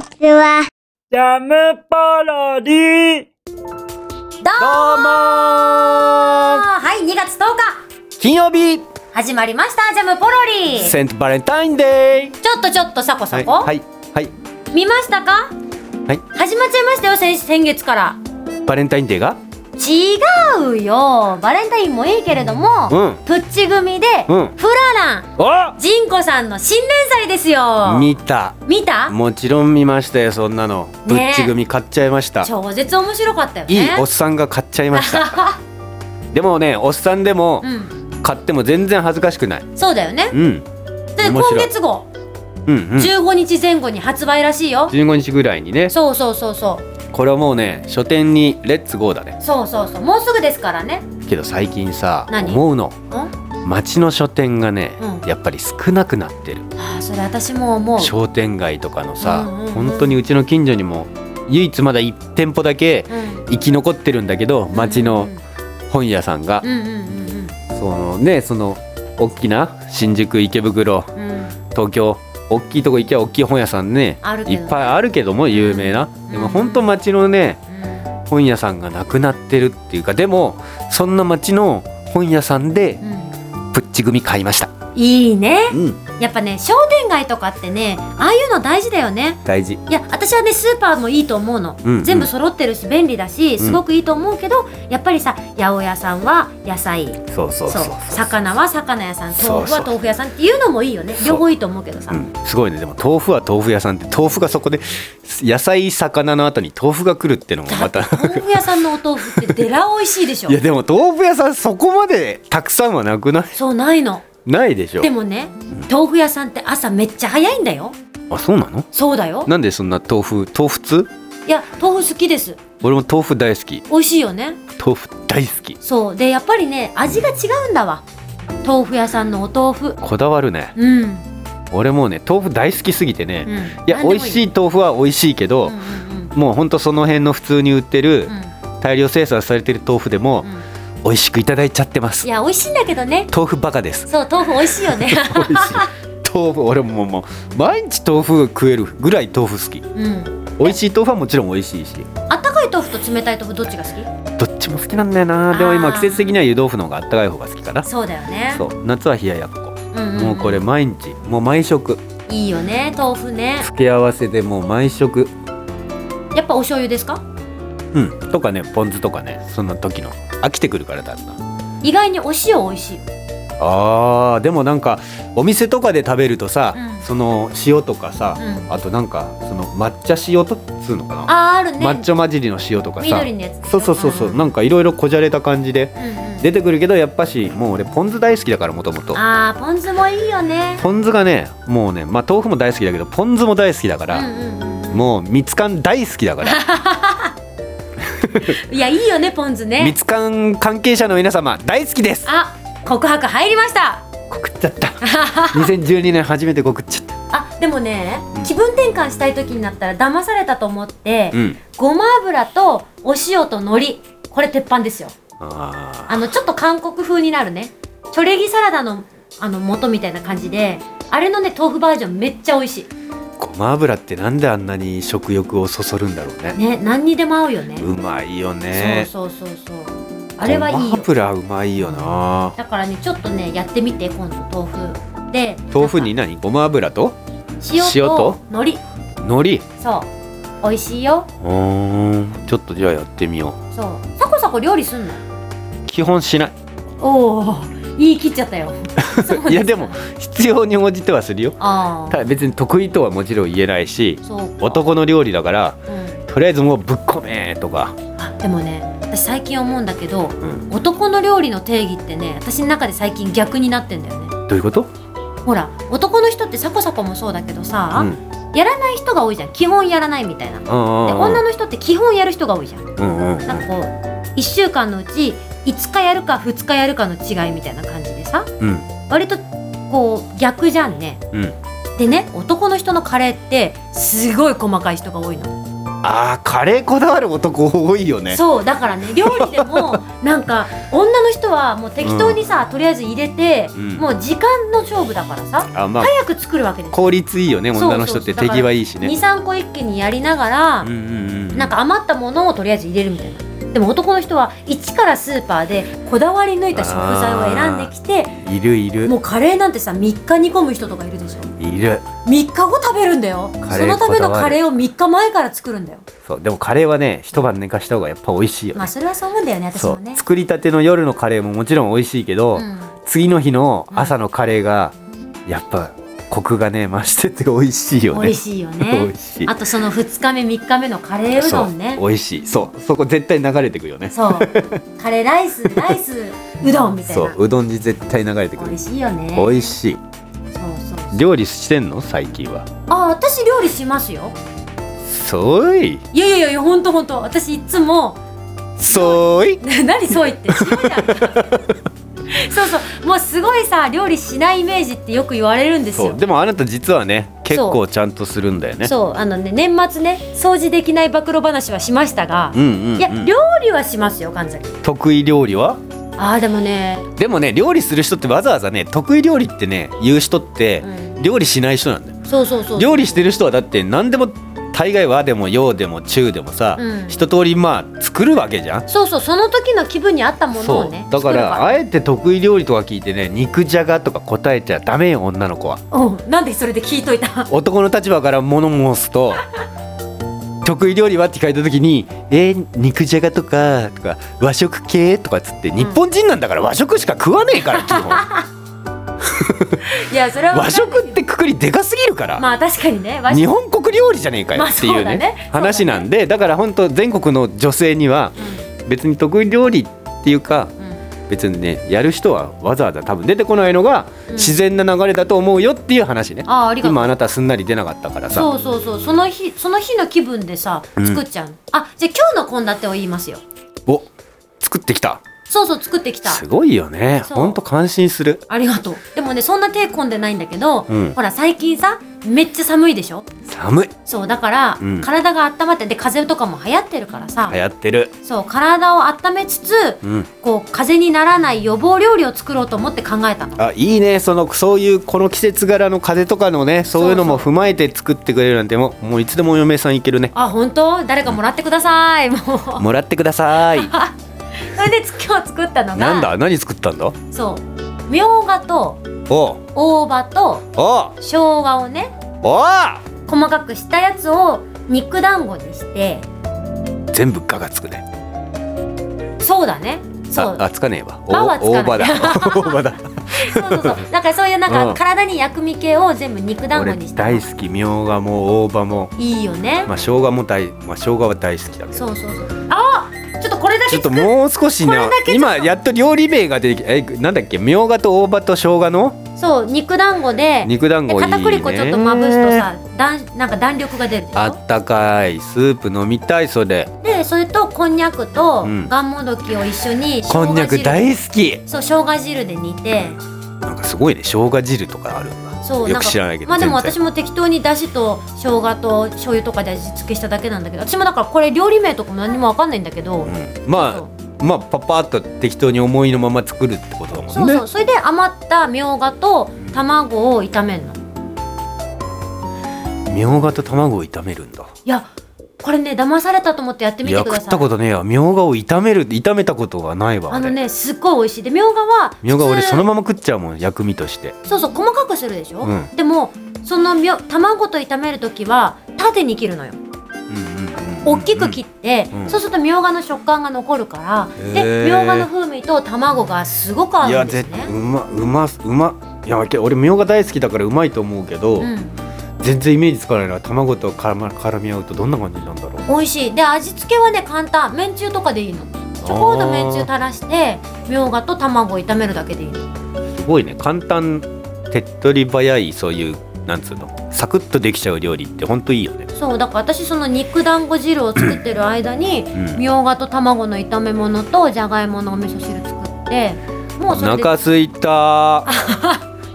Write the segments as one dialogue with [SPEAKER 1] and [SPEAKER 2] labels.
[SPEAKER 1] ちは。
[SPEAKER 2] ジャムパロディ
[SPEAKER 3] どうも
[SPEAKER 2] どうもー
[SPEAKER 3] はい、2月10日
[SPEAKER 2] 金曜日
[SPEAKER 3] 始まりました、ジャムポロリ
[SPEAKER 2] セントバレンタインデー
[SPEAKER 3] ちょっとちょっと、サコサコ、
[SPEAKER 2] はいはい
[SPEAKER 3] 見ましたか
[SPEAKER 2] はい
[SPEAKER 3] 始まっちゃいましたよ、先先月から。
[SPEAKER 2] バレンタインデーが
[SPEAKER 3] 違うよバレンタインもいいけれども、
[SPEAKER 2] うん
[SPEAKER 3] プッチ組で、
[SPEAKER 2] うん
[SPEAKER 3] フララン
[SPEAKER 2] お
[SPEAKER 3] ジンコさんの新連載ですよ
[SPEAKER 2] 見た
[SPEAKER 3] 見た
[SPEAKER 2] もちろん見ましたよそんなのぶ
[SPEAKER 3] ね
[SPEAKER 2] っち組買っちゃいました
[SPEAKER 3] 超絶面白かったよね
[SPEAKER 2] いいおっさんが買っちゃいました でもねおっさんでも
[SPEAKER 3] うん、
[SPEAKER 2] 買っても全然恥ずかしくない
[SPEAKER 3] そうだよね
[SPEAKER 2] うん
[SPEAKER 3] で
[SPEAKER 2] 面
[SPEAKER 3] 今
[SPEAKER 2] 白い
[SPEAKER 3] 月号、
[SPEAKER 2] うんうん
[SPEAKER 3] 15日前後に発売らしいよ
[SPEAKER 2] 15日ぐらいにね
[SPEAKER 3] そうそうそうそう
[SPEAKER 2] これはもうね書店にレッツゴーだね
[SPEAKER 3] そうそうそうもうすぐですからね
[SPEAKER 2] けど最近さ
[SPEAKER 3] 何
[SPEAKER 2] 思うの
[SPEAKER 3] うんあ
[SPEAKER 2] 町の書店がね、
[SPEAKER 3] うん
[SPEAKER 2] やっぱり少なくなってる
[SPEAKER 3] あそれ私も思う
[SPEAKER 2] 商店街とかのさ、
[SPEAKER 3] うんうんうん
[SPEAKER 2] 本当にうちの近所にも唯一まだ1店舗だけ
[SPEAKER 3] うん
[SPEAKER 2] 生き残ってるんだけど町の本屋さんが
[SPEAKER 3] う、んうんうん
[SPEAKER 2] そのねその大きな新宿池袋
[SPEAKER 3] うんうんうん
[SPEAKER 2] 東京大きいとこ行きゃ大きい本屋さんね
[SPEAKER 3] あるけ
[SPEAKER 2] い
[SPEAKER 3] ど
[SPEAKER 2] っぱいあるけども有名な、
[SPEAKER 3] ん
[SPEAKER 2] でも本当町のね本屋さんがなくなってるっていうかでもそんな町の本屋さんで
[SPEAKER 3] うんうん
[SPEAKER 2] プッチ組買いました、
[SPEAKER 3] いいね
[SPEAKER 2] うん、
[SPEAKER 3] やっぱね商店街とかってねああいうの大事だよね
[SPEAKER 2] 大事
[SPEAKER 3] いや私はねスーパーもいいと思うの、
[SPEAKER 2] うんうん
[SPEAKER 3] 全部揃ってるし便利だし
[SPEAKER 2] ん
[SPEAKER 3] すごくいいと思うけど、やっぱりさ八百屋さんは野菜
[SPEAKER 2] そうそうそうそう
[SPEAKER 3] 魚は魚屋さん
[SPEAKER 2] そうそう
[SPEAKER 3] 豆腐は豆腐屋さんっていうのもいいよね
[SPEAKER 2] そう
[SPEAKER 3] 両方いいと思うけどさ、
[SPEAKER 2] うん、すごいねでも豆腐は豆腐屋さんって豆腐がそこで野菜魚の後に豆腐が来るってのもまた
[SPEAKER 3] 豆腐屋さんのお豆腐ってデラ美味しいでし ょ
[SPEAKER 2] いやでも豆腐屋さんそこまでたくさんはなくない
[SPEAKER 3] そうないの
[SPEAKER 2] ないでしょ
[SPEAKER 3] でもね豆腐屋さんって朝めっちゃ早いんだよ
[SPEAKER 2] あそうなの
[SPEAKER 3] そうだよ
[SPEAKER 2] なんでそんな豆腐豆腐通
[SPEAKER 3] いや豆腐好きです
[SPEAKER 2] 俺も豆腐大好き
[SPEAKER 3] 美味しいよね
[SPEAKER 2] 豆腐大好き
[SPEAKER 3] そうでやっぱりね味が違うんだわ豆腐屋さんのお豆腐
[SPEAKER 2] こだわるね
[SPEAKER 3] うん、うん、
[SPEAKER 2] 俺もうね豆腐大好きすぎてね、いや
[SPEAKER 3] なんでも
[SPEAKER 2] 美味しい豆腐は美味しいけど
[SPEAKER 3] うん、うん
[SPEAKER 2] もうほんとその辺の普通に売ってる
[SPEAKER 3] うんうん
[SPEAKER 2] 大量生産されてる豆腐でも
[SPEAKER 3] うん
[SPEAKER 2] 美味しくいただいちゃってま
[SPEAKER 3] い
[SPEAKER 2] す
[SPEAKER 3] や美味しいんだけどね
[SPEAKER 2] 豆腐バカです
[SPEAKER 3] そう豆腐美味しいよね
[SPEAKER 2] 美味しい豆腐俺ももう毎日豆腐食えるぐらい豆腐好き
[SPEAKER 3] うん
[SPEAKER 2] 美味しい豆腐はもちろん美味しいし
[SPEAKER 3] あったかい豆腐と冷たい豆腐どっちが好き
[SPEAKER 2] どっちも好きなんだよなでも
[SPEAKER 3] あ
[SPEAKER 2] 今
[SPEAKER 3] ー
[SPEAKER 2] 季節的には湯豆腐の方があったかい方が好きかなそ
[SPEAKER 3] そうだよね
[SPEAKER 2] う夏は冷ややっこ、
[SPEAKER 3] うんんん
[SPEAKER 2] もうこれ毎日もう毎食
[SPEAKER 3] いいよね豆腐ね
[SPEAKER 2] 付け合わせでもう毎食
[SPEAKER 3] やっぱお醤油ですか
[SPEAKER 2] うんとかねポン酢とかねそんな時の飽きてくるからだんだん
[SPEAKER 3] 意外にお塩美味しい
[SPEAKER 2] あーでもなんかお店とかで食べるとさ、
[SPEAKER 3] うん
[SPEAKER 2] その塩とかさ、
[SPEAKER 3] うん
[SPEAKER 2] あとなんかその抹茶塩とっつうのかな
[SPEAKER 3] あーあるね
[SPEAKER 2] 抹茶混じりの塩とかさ
[SPEAKER 3] 緑のやつでし
[SPEAKER 2] そ
[SPEAKER 3] ょ
[SPEAKER 2] うそうそうそう、なんかいろいろこじゃれた感じで
[SPEAKER 3] うんうん
[SPEAKER 2] 出てくるけどやっぱしもう俺ポン酢大好きだからもともと
[SPEAKER 3] あーポン酢もいいよね
[SPEAKER 2] ポン酢がねもうねまあ豆腐も大好きだけどポン酢も大好きだか
[SPEAKER 3] うん
[SPEAKER 2] ら、
[SPEAKER 3] うんうん
[SPEAKER 2] もうみつかん大好きだから
[SPEAKER 3] いやいいよねポン酢
[SPEAKER 2] み
[SPEAKER 3] ね
[SPEAKER 2] つかん関係者の皆様大好きです
[SPEAKER 3] あ告白入りました
[SPEAKER 2] 告っちゃった 2012年初めて告っちゃった
[SPEAKER 3] あでもね
[SPEAKER 2] うん
[SPEAKER 3] 気分転換したい時になったら騙されたと思って、
[SPEAKER 2] うん
[SPEAKER 3] ごま油とお塩と海苔これ鉄板ですよ
[SPEAKER 2] あ
[SPEAKER 3] あのちょっと韓国風になるねチョレギサラダのあの元みたいな感じであれのね豆腐バージョンめっちゃ美味し
[SPEAKER 2] ーごま油ってなんであんなに食欲をそそるんだろうね
[SPEAKER 3] いね何にでも合うよね
[SPEAKER 2] うまいよね
[SPEAKER 3] そうそうそうそうあれはいい
[SPEAKER 2] ごま
[SPEAKER 3] よ
[SPEAKER 2] 油うまいよな
[SPEAKER 3] だからねちょっとねやってみて今度豆腐で
[SPEAKER 2] 豆腐に何ごま油と
[SPEAKER 3] 塩と
[SPEAKER 2] 塩と
[SPEAKER 3] 海苔
[SPEAKER 2] 海苔
[SPEAKER 3] そう美味しいよ
[SPEAKER 2] うーんちょっとじゃあやってみよう
[SPEAKER 3] そうサコサコ料理すんの
[SPEAKER 2] 基本しない
[SPEAKER 3] おお言い切っちゃったよ
[SPEAKER 2] いやでも必要に応じてはするよ
[SPEAKER 3] あ
[SPEAKER 2] た
[SPEAKER 3] あ
[SPEAKER 2] だ別に得意とはもちろん言えないし
[SPEAKER 3] そうか、
[SPEAKER 2] 男の料理だから
[SPEAKER 3] うん、
[SPEAKER 2] とりあえずもうぶっこめとか、
[SPEAKER 3] あでもね私最近思うんだけど
[SPEAKER 2] うん、
[SPEAKER 3] 男の料理の定義ってね私の中で最近逆になってんだよね
[SPEAKER 2] どういうこと、
[SPEAKER 3] ほら男の人ってサコサコもそうだけど
[SPEAKER 2] う
[SPEAKER 3] さ、
[SPEAKER 2] ん、
[SPEAKER 3] やらない人が多いじゃん基本やらないみたいなで女
[SPEAKER 2] 女
[SPEAKER 3] の人って基本やる人が多いじゃん
[SPEAKER 2] うんうんうん
[SPEAKER 3] なんかこう1週間のうち5日やるか2日やるかの違いみたいな感じでさ
[SPEAKER 2] うん
[SPEAKER 3] 割とこう逆じゃんね
[SPEAKER 2] うん
[SPEAKER 3] でね男の人のカレーってすごい細かい人が多いの
[SPEAKER 2] ああカレーこだわる男多いよね
[SPEAKER 3] そうだから ね料理でもなんか女の人はもう適当にさ、とりあえず入れて、
[SPEAKER 2] うん
[SPEAKER 3] もう時間の勝負だからさ
[SPEAKER 2] あまあ
[SPEAKER 3] 早く作るわけですよ
[SPEAKER 2] 効率いいよね
[SPEAKER 3] そうそう
[SPEAKER 2] 女の人って手際いいしね
[SPEAKER 3] 23個一気にやりながら、
[SPEAKER 2] うんうんうん
[SPEAKER 3] なんか余ったものをとりあえず入れるみたいなでも男の人は一からスーパーでこだわり抜いた食材を選んできて
[SPEAKER 2] いるいる
[SPEAKER 3] もうカレーなんてさ3日煮込む人とかいるでしょ
[SPEAKER 2] いる
[SPEAKER 3] 3日後食べるんだよ
[SPEAKER 2] カレー
[SPEAKER 3] そのための
[SPEAKER 2] こだわる
[SPEAKER 3] カレーを3日前から作るんだよ
[SPEAKER 2] そうでもカレーはね一晩寝かした方がやっぱ美味しいよね、
[SPEAKER 3] まあそれはそう思うんだよね私
[SPEAKER 2] そ
[SPEAKER 3] も
[SPEAKER 2] う
[SPEAKER 3] ね
[SPEAKER 2] 作りたての夜のカレーももちろん美味しいけど、
[SPEAKER 3] うん
[SPEAKER 2] 次の日の朝のカレーがやっぱコクがね増してて美味しいよね
[SPEAKER 3] 美味しいよね
[SPEAKER 2] 美味しい
[SPEAKER 3] あとその2日目3日目のカレーうどんね
[SPEAKER 2] そう美味しいそうそこ絶対流れてくるよね
[SPEAKER 3] そうカレーライ スライスうどんみたい
[SPEAKER 2] そ
[SPEAKER 3] な
[SPEAKER 2] ううどんに絶対流れてく
[SPEAKER 3] 美
[SPEAKER 2] る
[SPEAKER 3] 味しいよね
[SPEAKER 2] 美味しい
[SPEAKER 3] そうそうそう
[SPEAKER 2] 料理してんの最近は
[SPEAKER 3] あ私料理しますよ
[SPEAKER 2] そーい
[SPEAKER 3] いやいやいやほんとほんと私いつも
[SPEAKER 2] そーい
[SPEAKER 3] な何そう言って 死ぬじゃんそうそうもうすごいさ料理しないイメージってよく言われるんです
[SPEAKER 2] そ
[SPEAKER 3] よ
[SPEAKER 2] うでもあなた実はね結構ちゃんとするんだよね
[SPEAKER 3] そうあのね年末ね掃除できない暴露話はしましたが、
[SPEAKER 2] うんうん、うん、
[SPEAKER 3] いや料理はしますよ完全に
[SPEAKER 2] 得意料理は
[SPEAKER 3] あーでもね、
[SPEAKER 2] でもね料理する人ってわざわざね得意料理ってね言う人って
[SPEAKER 3] うん
[SPEAKER 2] 料理しない人なんだよ
[SPEAKER 3] そうそうそう
[SPEAKER 2] 料理してる人はだって何でも大概和でも洋でも中でもさ、
[SPEAKER 3] うん
[SPEAKER 2] 一通りまあ作るわけじゃん
[SPEAKER 3] そうそうその時の気分に合ったものをね
[SPEAKER 2] だか
[SPEAKER 3] 作れ
[SPEAKER 2] ら
[SPEAKER 3] ば
[SPEAKER 2] あえて得意料理とか聞いてね肉じゃがとか答えちゃダメよ女の子は
[SPEAKER 3] うんなんでそれで聞いとい た
[SPEAKER 2] 男の立場から物申すと得意料理はって聞かれた時に「えー肉じゃがとか」とか「和食系」とかっつって日本人なんだから和食しか食わねえから基 本
[SPEAKER 3] いやそれは
[SPEAKER 2] 和食っててくくりでかすぎるから、
[SPEAKER 3] まあ確かにね和食
[SPEAKER 2] 日本国料理じゃねえかよ
[SPEAKER 3] まあ
[SPEAKER 2] っていうね,、
[SPEAKER 3] そうだね
[SPEAKER 2] 話なんでだから本当全国の女性には別に得意料理っていうか
[SPEAKER 3] うんうん
[SPEAKER 2] 別にねやる人はわざわざ多分出てこないのが
[SPEAKER 3] うん
[SPEAKER 2] 自然な流れだと思うよっていう話ね、
[SPEAKER 3] あーありがとう
[SPEAKER 2] 今あなたすんなり出なかったからさ
[SPEAKER 3] そうそうそうその日その日の気分でさ
[SPEAKER 2] うん
[SPEAKER 3] 作っちゃうの、あじゃあ今日の献立を言いますよ
[SPEAKER 2] お作ってきた
[SPEAKER 3] そうそう作ってきた
[SPEAKER 2] すごいよね
[SPEAKER 3] そう
[SPEAKER 2] ほんと感心する
[SPEAKER 3] ありがとうでもねそんな手込んでないんだけど、
[SPEAKER 2] うん
[SPEAKER 3] ほら最近さめっちゃ寒いでしょ
[SPEAKER 2] 寒い
[SPEAKER 3] そうだから、
[SPEAKER 2] うん
[SPEAKER 3] 体が温まってで風邪とかも流行ってるからさ
[SPEAKER 2] 流行ってる
[SPEAKER 3] そう体を温めつつ
[SPEAKER 2] うん
[SPEAKER 3] こう風邪にならない予防料理を作ろうと思って考えたの
[SPEAKER 2] あいいねそのそういうこの季節柄の風とかのねそういうのも踏まえて作ってくれるなんてもうもういつでもお嫁さんいけるね
[SPEAKER 3] あ本当誰かもらってくださ いもうそ
[SPEAKER 2] もらってくださ い
[SPEAKER 3] れでつ今日作ったのが
[SPEAKER 2] なんだ何作ったんだ
[SPEAKER 3] そうみょうがと
[SPEAKER 2] おう
[SPEAKER 3] 大葉と
[SPEAKER 2] おう
[SPEAKER 3] 生姜をね
[SPEAKER 2] お
[SPEAKER 3] 細かくしたやつを肉団子にして
[SPEAKER 2] う全部ガがつくね
[SPEAKER 3] そうだねそ
[SPEAKER 2] あ
[SPEAKER 3] う
[SPEAKER 2] あつかねえわお
[SPEAKER 3] あはつか
[SPEAKER 2] 大
[SPEAKER 3] な
[SPEAKER 2] 葉 だ
[SPEAKER 3] い
[SPEAKER 2] 大葉だ
[SPEAKER 3] そうそう そうなんかそういうなん
[SPEAKER 2] う
[SPEAKER 3] か
[SPEAKER 2] ん
[SPEAKER 3] 体に薬味系を全部肉団子
[SPEAKER 2] 俺
[SPEAKER 3] にした
[SPEAKER 2] 大
[SPEAKER 3] い
[SPEAKER 2] 好きみょうがも大葉も
[SPEAKER 3] いよね、
[SPEAKER 2] まあ生姜も大まあ生姜は大好きだけど
[SPEAKER 3] そうそうそうあちょっとこれだ
[SPEAKER 2] ち
[SPEAKER 3] け
[SPEAKER 2] ょっと
[SPEAKER 3] 作っ
[SPEAKER 2] もう少し
[SPEAKER 3] これ
[SPEAKER 2] な
[SPEAKER 3] だけちょっと
[SPEAKER 2] 今やっと料理名が出てきえなんだっけみょうがと大葉と生姜の
[SPEAKER 3] そう肉団子で
[SPEAKER 2] 肉団
[SPEAKER 3] で
[SPEAKER 2] 子いいね
[SPEAKER 3] 片栗粉ちょっとまぶすとさだんなんか弾力が出るでし
[SPEAKER 2] あ
[SPEAKER 3] ょ
[SPEAKER 2] ったかいスープ飲みたいそれ
[SPEAKER 3] でそれとこんにゃくと
[SPEAKER 2] うん
[SPEAKER 3] がんもどきを一緒に
[SPEAKER 2] こんにゃ
[SPEAKER 3] 生姜
[SPEAKER 2] く
[SPEAKER 3] 汁
[SPEAKER 2] 大好き
[SPEAKER 3] そう生姜汁で煮て
[SPEAKER 2] なんかすごいね生姜汁とかあるんだ
[SPEAKER 3] そうな
[SPEAKER 2] よ
[SPEAKER 3] ん
[SPEAKER 2] く
[SPEAKER 3] か
[SPEAKER 2] 知らないけど
[SPEAKER 3] まあでも
[SPEAKER 2] 全
[SPEAKER 3] 私
[SPEAKER 2] 然
[SPEAKER 3] も適当にだしと生姜と醤油とかで味付けしただけなんだけど私もだからこれ料理名とかも何もわかんないんだけど、
[SPEAKER 2] うんま
[SPEAKER 3] そ
[SPEAKER 2] あまあパパッと適当に思いのまま作るってことだもんね
[SPEAKER 3] そうそうそれで余ったみょうがと卵を炒めるのい
[SPEAKER 2] みょうがと卵を炒めるんだ
[SPEAKER 3] やこれね騙されたと思ってやってみ
[SPEAKER 2] い
[SPEAKER 3] て
[SPEAKER 2] や
[SPEAKER 3] くだ
[SPEAKER 2] 食
[SPEAKER 3] さい
[SPEAKER 2] ったことねえわみょうがを炒める炒めたことがないわ
[SPEAKER 3] あの
[SPEAKER 2] 俺
[SPEAKER 3] ねすっごい美味しいでみょうがは
[SPEAKER 2] みょうが
[SPEAKER 3] 普通
[SPEAKER 2] 俺そのまま食っちゃうもん薬味として
[SPEAKER 3] そうそう細かくするでしょ、
[SPEAKER 2] うん
[SPEAKER 3] でもそのみょ卵と炒める時は縦に切るのよ大きく切
[SPEAKER 2] っ
[SPEAKER 3] って、
[SPEAKER 2] うん
[SPEAKER 3] そうするとみょうがの食感が残るから
[SPEAKER 2] へ
[SPEAKER 3] で
[SPEAKER 2] ー
[SPEAKER 3] みょうがの風味と卵がすごく
[SPEAKER 2] い
[SPEAKER 3] 合う
[SPEAKER 2] や
[SPEAKER 3] んです
[SPEAKER 2] 絶
[SPEAKER 3] ね
[SPEAKER 2] 対うまうまうまいやけ俺みょうが大好きだからうまいと思うけど、
[SPEAKER 3] うん
[SPEAKER 2] 全然イメージつかないな卵と絡,、ま、絡み合うとどんな感じなんだろう
[SPEAKER 3] 美味しいで味付けはね簡単めんつゆとかでいいのちょこっとめんつゆ垂らしてみょうがと卵を炒めるだけでいいの
[SPEAKER 2] すごいね簡単手っ取り早いそういうなんつうのサクッとできちゃう料理ってほんといいよね
[SPEAKER 3] そうだから私その肉団子汁を作ってる間に
[SPEAKER 2] うん
[SPEAKER 3] みょうがと卵の炒め物とじゃがいものお味噌汁作っても
[SPEAKER 2] お
[SPEAKER 3] うそれで
[SPEAKER 2] 腹すいた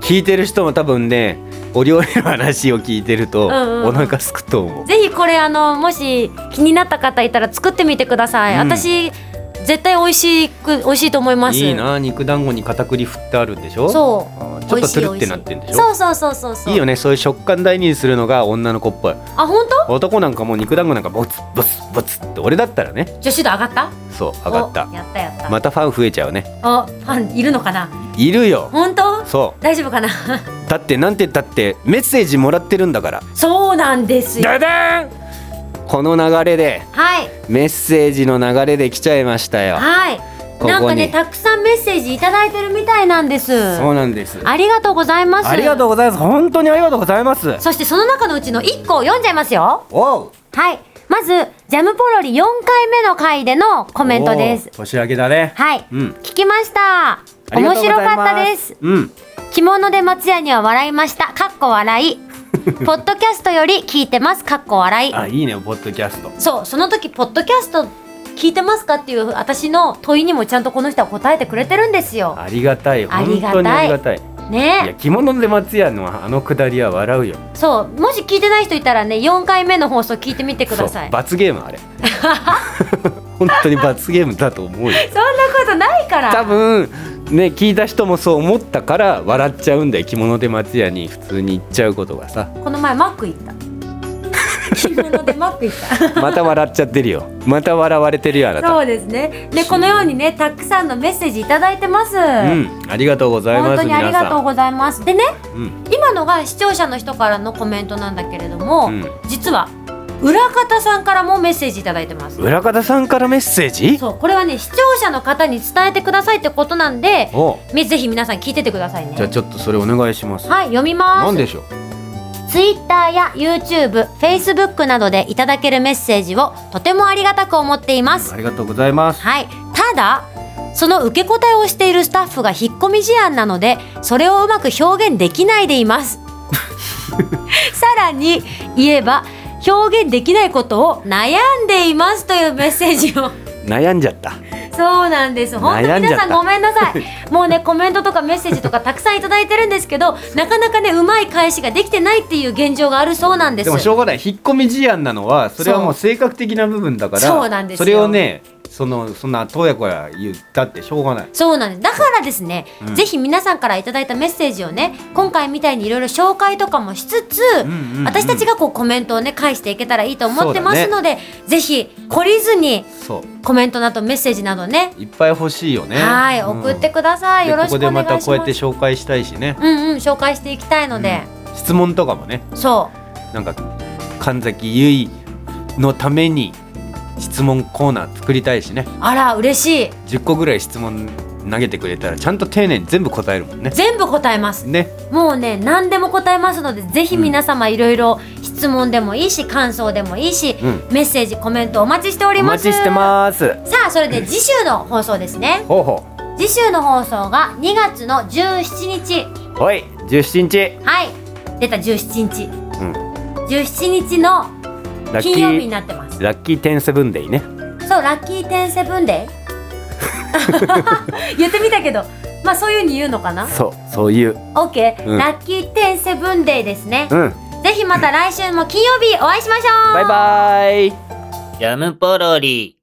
[SPEAKER 2] 聞いてる人も多分ねお料理の話を聞いてると、
[SPEAKER 3] うんうんうん
[SPEAKER 2] お腹すくと思う
[SPEAKER 3] ぜひこれあのもし気になった方いたら作ってみてください、
[SPEAKER 2] うん
[SPEAKER 3] 私絶対美味しく美味しいと思います
[SPEAKER 2] いいな肉団子に片栗振ってあるんでしょ
[SPEAKER 3] そ
[SPEAKER 2] あー
[SPEAKER 3] う
[SPEAKER 2] ちょっと
[SPEAKER 3] 美味し
[SPEAKER 2] つ
[SPEAKER 3] い
[SPEAKER 2] るってなってんでし
[SPEAKER 3] 美味し
[SPEAKER 2] ょ
[SPEAKER 3] いそうそうそうそうそう
[SPEAKER 2] いいよねそういう食感大事にするのが女の子っぽい
[SPEAKER 3] あ本当
[SPEAKER 2] 男なんかもう肉団子なんかボツボツボツって俺だったらね
[SPEAKER 3] 女子度上がった
[SPEAKER 2] そう上がった
[SPEAKER 3] おやったやった、
[SPEAKER 2] またファン増えちゃうね
[SPEAKER 3] あファンいるのかない
[SPEAKER 2] るよ
[SPEAKER 3] 本当
[SPEAKER 2] そ
[SPEAKER 3] 大丈夫かな
[SPEAKER 2] うだってなんて言ったってメッセージもらってるんだから
[SPEAKER 3] そうなんですよ
[SPEAKER 2] ダダンこの流れで
[SPEAKER 3] はい
[SPEAKER 2] メッセージの流れで来ちゃいましたよ
[SPEAKER 3] はい
[SPEAKER 2] ここに
[SPEAKER 3] なんかねたくさんメッセージいただいてるみたいなんです
[SPEAKER 2] そうなんです
[SPEAKER 3] ありがとうございます
[SPEAKER 2] ありがとうございます本当にありがとうございます
[SPEAKER 3] そしてその中のうちの1個を読んじゃいますよ
[SPEAKER 2] おう
[SPEAKER 3] はい。まず、ジャムポロリ4回目の回でのコメントです
[SPEAKER 2] おう。年明けだね
[SPEAKER 3] はい。
[SPEAKER 2] うん
[SPEAKER 3] 聞きました。
[SPEAKER 2] あり
[SPEAKER 3] 面
[SPEAKER 2] がとうござ
[SPEAKER 3] 白
[SPEAKER 2] います
[SPEAKER 3] かったです。
[SPEAKER 2] うん
[SPEAKER 3] 着物で松屋には笑いました。かっこ笑 い。ポッドキャストより聞いてます。かっこ笑い。
[SPEAKER 2] あいいねポッドキャスト
[SPEAKER 3] そう、その時、ポッドキャスト聞いてますかっていう私の問いにもちゃんとこの人は答えてくれてるんですよ。
[SPEAKER 2] ありがたい
[SPEAKER 3] ありが
[SPEAKER 2] 本
[SPEAKER 3] たい
[SPEAKER 2] 当にありがたいいや
[SPEAKER 3] ね
[SPEAKER 2] 着物で松屋のあのくだりは笑うよ
[SPEAKER 3] そう、もし聞いてない人いたらね、4回目の放送聞いてみてくださ
[SPEAKER 2] そう
[SPEAKER 3] い。
[SPEAKER 2] 罰ゲーム あれ本当に罰ゲームだと思うよ
[SPEAKER 3] そんなことないから。
[SPEAKER 2] 多分ね聞いた人もそう思ったから笑っちゃうんだよ着物で松屋に普通に行っちゃうことがさ
[SPEAKER 3] この前マック行 った。着物でマック行った。
[SPEAKER 2] また笑っちゃってるよまた笑われてるよあなた
[SPEAKER 3] そうですね。でこのようにねたくさんのメッセージいただいてます。
[SPEAKER 2] うん、ありがとうござい
[SPEAKER 3] 本
[SPEAKER 2] ま
[SPEAKER 3] 当
[SPEAKER 2] す
[SPEAKER 3] にあり
[SPEAKER 2] 皆
[SPEAKER 3] がとう
[SPEAKER 2] さ
[SPEAKER 3] ございます。でね
[SPEAKER 2] ん、うん、
[SPEAKER 3] 今のが視聴者の人からのコメントなんだけれども、
[SPEAKER 2] うん
[SPEAKER 3] 実は裏方さんからもメッセージいただいてます。
[SPEAKER 2] 裏方さんからメッセージ
[SPEAKER 3] そうこれはね視聴者の方に伝えてくださいってことなんで、
[SPEAKER 2] お
[SPEAKER 3] みぜひ皆さん聞いててくださいね。
[SPEAKER 2] じゃあちょっとそれお願いします
[SPEAKER 3] はい読みます。
[SPEAKER 2] なんでしょう
[SPEAKER 3] ツイッターや YouTube、Facebook などでいただけるメッセージをとてもありがたく思っています
[SPEAKER 2] あ。りがとうございます
[SPEAKER 3] はい、ただその受け答えをしているスタッフが引っ込み思案なのでそれをうまく表現できないでいます さらに言えば表現できないことを悩んでいますというメッセージを
[SPEAKER 2] 悩んじゃった
[SPEAKER 3] そうなんです本当
[SPEAKER 2] 悩んじゃ
[SPEAKER 3] 皆
[SPEAKER 2] った
[SPEAKER 3] さんごめんなさいもうねコメントとかメッセージとかたくさんいただいてるんですけどなかなかねうまい返しができてないっていう現状があるそうなんです
[SPEAKER 2] でもしょうがない引っ込み思案なのはそれはもう性格的な部分だから
[SPEAKER 3] そうなんですよ
[SPEAKER 2] それをねそのそんなとやこや言ったってしょうがない
[SPEAKER 3] そうなんです。だからですね、
[SPEAKER 2] うん
[SPEAKER 3] ぜひ皆さんからいただいたメッセージをね、今回みたいにいろいろ紹介とかもしつつ、
[SPEAKER 2] んうんうん
[SPEAKER 3] 私たちがこうコメントをね、返していけたらいいと思ってます
[SPEAKER 2] そ
[SPEAKER 3] ので、ぜひ懲りずに
[SPEAKER 2] そ
[SPEAKER 3] コメントなどメッセージなどね、
[SPEAKER 2] ういっぱい欲しいよね
[SPEAKER 3] はい、
[SPEAKER 2] うん
[SPEAKER 3] 送ってください。
[SPEAKER 2] で
[SPEAKER 3] よろし
[SPEAKER 2] こ
[SPEAKER 3] く
[SPEAKER 2] こ
[SPEAKER 3] お願
[SPEAKER 2] で
[SPEAKER 3] いしま。
[SPEAKER 2] ますたこうやって紹介したいしね
[SPEAKER 3] うんうん、紹介していきたいので、
[SPEAKER 2] 質問とかもね
[SPEAKER 3] そう。
[SPEAKER 2] なんか神崎結衣のために質問コーナー作りたいしね
[SPEAKER 3] あら、嬉しい。
[SPEAKER 2] 10個ぐらい質問投げてくれたらちゃんと丁寧に全部答えるもんね
[SPEAKER 3] 全部答えます。
[SPEAKER 2] ね
[SPEAKER 3] もうね、何でも答えますので、ぜひ皆様いろいろ質問でもいいし、感想でもいいし、
[SPEAKER 2] うん
[SPEAKER 3] メッセージ、コメントお待ちしており
[SPEAKER 2] お
[SPEAKER 3] ます。
[SPEAKER 2] 待ちしてます
[SPEAKER 3] さあそれで次週の放送ですね
[SPEAKER 2] ほうほ
[SPEAKER 3] 次週の放送が2月の17日
[SPEAKER 2] うおい17日、
[SPEAKER 3] はい出た17日
[SPEAKER 2] うん、
[SPEAKER 3] 17日の
[SPEAKER 2] ラッキ
[SPEAKER 3] 金曜日に
[SPEAKER 2] ー
[SPEAKER 3] なってます
[SPEAKER 2] ラッキーテンセブンデイね
[SPEAKER 3] そうラッキーテンセブンデ イ言ってみたけどまあそういうふうに言うのかな
[SPEAKER 2] そうそういう
[SPEAKER 3] OK、
[SPEAKER 2] うん
[SPEAKER 3] ラッキーテンセブンデイですね
[SPEAKER 2] うん
[SPEAKER 3] ぜひまた来週も金曜日お会いしましょう
[SPEAKER 2] バイバイ
[SPEAKER 1] ジャムポロリ。